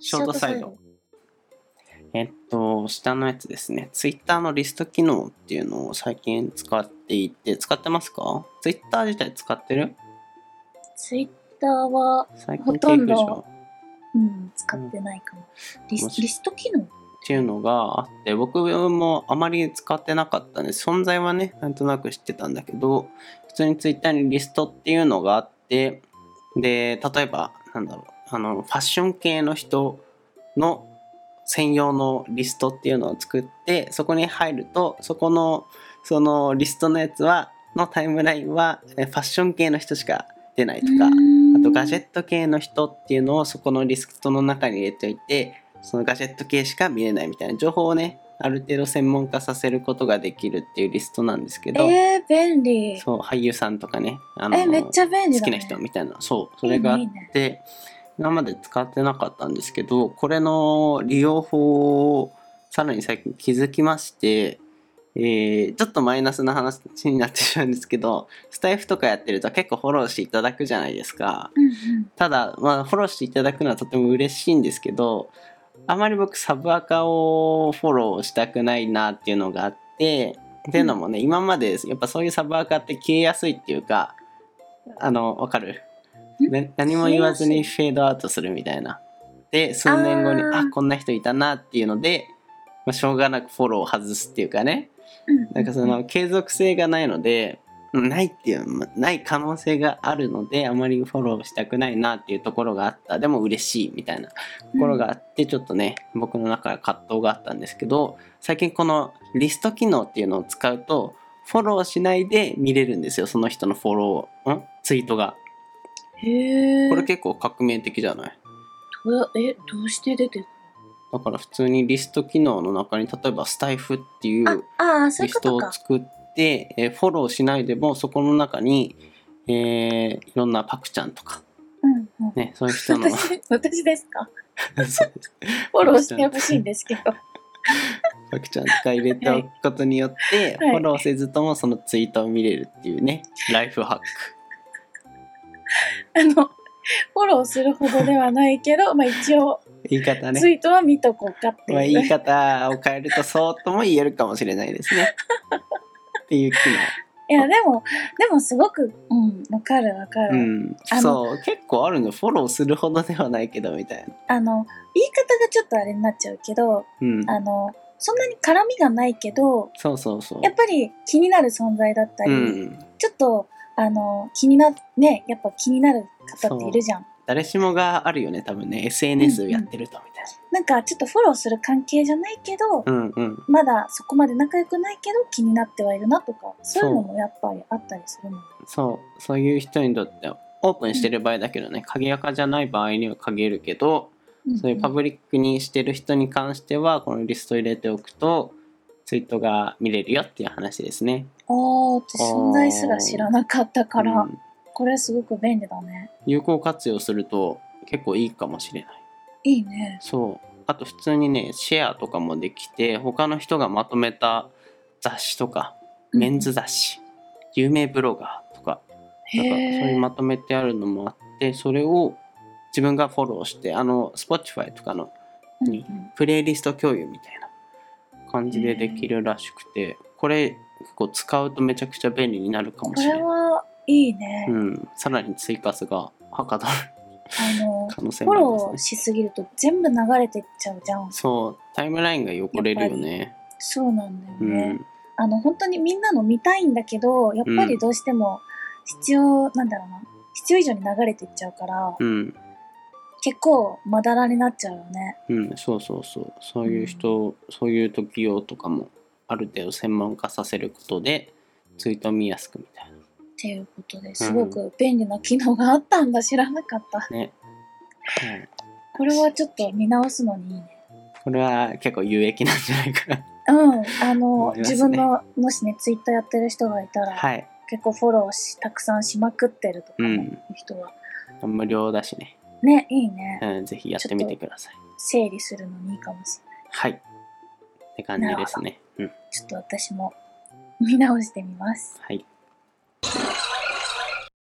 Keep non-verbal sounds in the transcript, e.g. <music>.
ショートサイド。えっと、下のやつですね。Twitter のリスト機能っていうのを最近使っていて、使ってますか ?Twitter 自体使ってるツイッターは、最近ほとんど定期でしょうん、使ってないかも。リもスしリスト機能っていうのがあって僕もあまり使ってなかったんで存在はねなんとなく知ってたんだけど普通にツイッターにリストっていうのがあってで例えばなんだろうあのファッション系の人の専用のリストっていうのを作ってそこに入るとそこのそのリストのやつはのタイムラインはえファッション系の人しか出ないとかあとガジェット系の人っていうのをそこのリストの中に入れておいてそのガジェット系しか見れないみたいな情報をねある程度専門化させることができるっていうリストなんですけど、えー、便利。そう俳優さんとかねあえ、めっちゃ便利好だ、きね。な人みたいなそうそれがあっいいねいいねて今まで使ってなかったんですけどこれの利用法をさらに最近気づきまして、えーちょっとマイナスな話になってしまうんですけどスタイフとかやってると結構フォローしていただくじゃないですか。うんうん。ただ、まあ、フォローしていただくのはとても嬉しいんですけどあまり僕サブアカをフォローしたくないなっていうのがあってっていうのもね今までやっぱそういうサブアカって消えやすいっていうかあのわかるんな何も言わず消えにやフェードアウトするみたいなで数年後にあーあこんな人いたなっていうので、まあ、しょうがなくフォローを外すっていうかねうんなんかその継続性がないので、ないっていう、まない可能性があるので、あまりフォローしたくないなっていうところがあった。でも嬉しいみたいなところがあって、ちょっとね、僕の中で葛藤があったんですけど、最近このリスト機能っていうのを使うと、フォローしないで見れるんですよ、その人のフォローを、んツイートが。へえ。これ結構革命的じゃないどうえ、どうして出てくるだから普通にリスト機能の中に、例えばスタイフっていう、あ、あー、そうリいうこストとをか。作って、えーフォローしないでもそこの中に、えーいろんなパクちゃんとか、うんうん。ね、そういう人の私、私ですか <laughs> そうフォローしてほしいんですけど。パクちゃんとか入れておくことによって、はいフォローせずともそのツイートを見れるっていうねライフハックあの、フォローするほどではないけど、まあ一応、言い方ツね、イートは見とこうかっていう。まあ、言い方を変えるとそうとも言えるかもしれないで <laughs> すねっていう機いや、でも、でもすごく、うん、わかるわか能、うる。ん、あのそう結構あるのフォローするほどではないけどみたいな、あの、言い方がちょっとあれになっちゃうけど、うん、あの、そんなに絡みがないけど、そうそうそうやっぱり気になる存在だったり、うん、ちょっと、あの、気にな、ね、やっぱ気になる方っているじゃん。誰しもがあるよね多分ね SNS をやってるとみたいなんかちょっとフォローする関係じゃないけど、な、うんうん、まだそこまで仲良くないけど気になってはいるなとか、そういうのもやっぱりあったりするもん。そうそういう人にとってはオープンしてる場合だけどね鍵垢じゃない場合には鍵るけどそういうパブリックにしてる人に関してはこのリスト入れておくとツイートが見れるよっていう話ですね。おーって存在すら知らなかったから、うんこれすごく便利だね。有効活用すると結構いいかもしれない。いいね。そうあと普通にねシェアとかもできて他の人がまとめた雑誌とかメンズ雑誌有名ブロガーとかなんかそういうへーまとめてあるのもあってそれを自分がフォローしてあの Spotify とかのうんにプレイリスト共有みたいな感じでできるらしくてこれ結構使うとめちゃくちゃ便利になるかこもしれれない、はいいね。うん、さらに追加数がはかどるあの、可能性フォもあロりーますねしすぎると全部流れてっちゃうじゃん。そうタイムラインが汚れるよねそうなんだようね。んあの、本当にみんなの見たいんだけど、やっぱりどうしても必要、なんだろうな。必要以上に流れてっちゃうから、うん結構まだらになっちゃうよね。うん、そうそうそうそういう人、そういう時用とかもある程度専門化させることでツイート見やすくみ <laughs> たいなっていうことですごく便利な機能があったんだ。知らなかった。ね、はい、これはちょっと見直すのにいいね。これは結構有益なんじゃないかなうん、あの、思いますね自分の、もしね、ツイッターやってる人がいたら、はい結構フォローし、たくさんしまくってるとか、うねんいう人は、無料だしね、ね、いいね。うん、ぜひやってみてください整理するのにいいかもしれなはいって感じですねうんい。ちょっと私も見直してみます。はい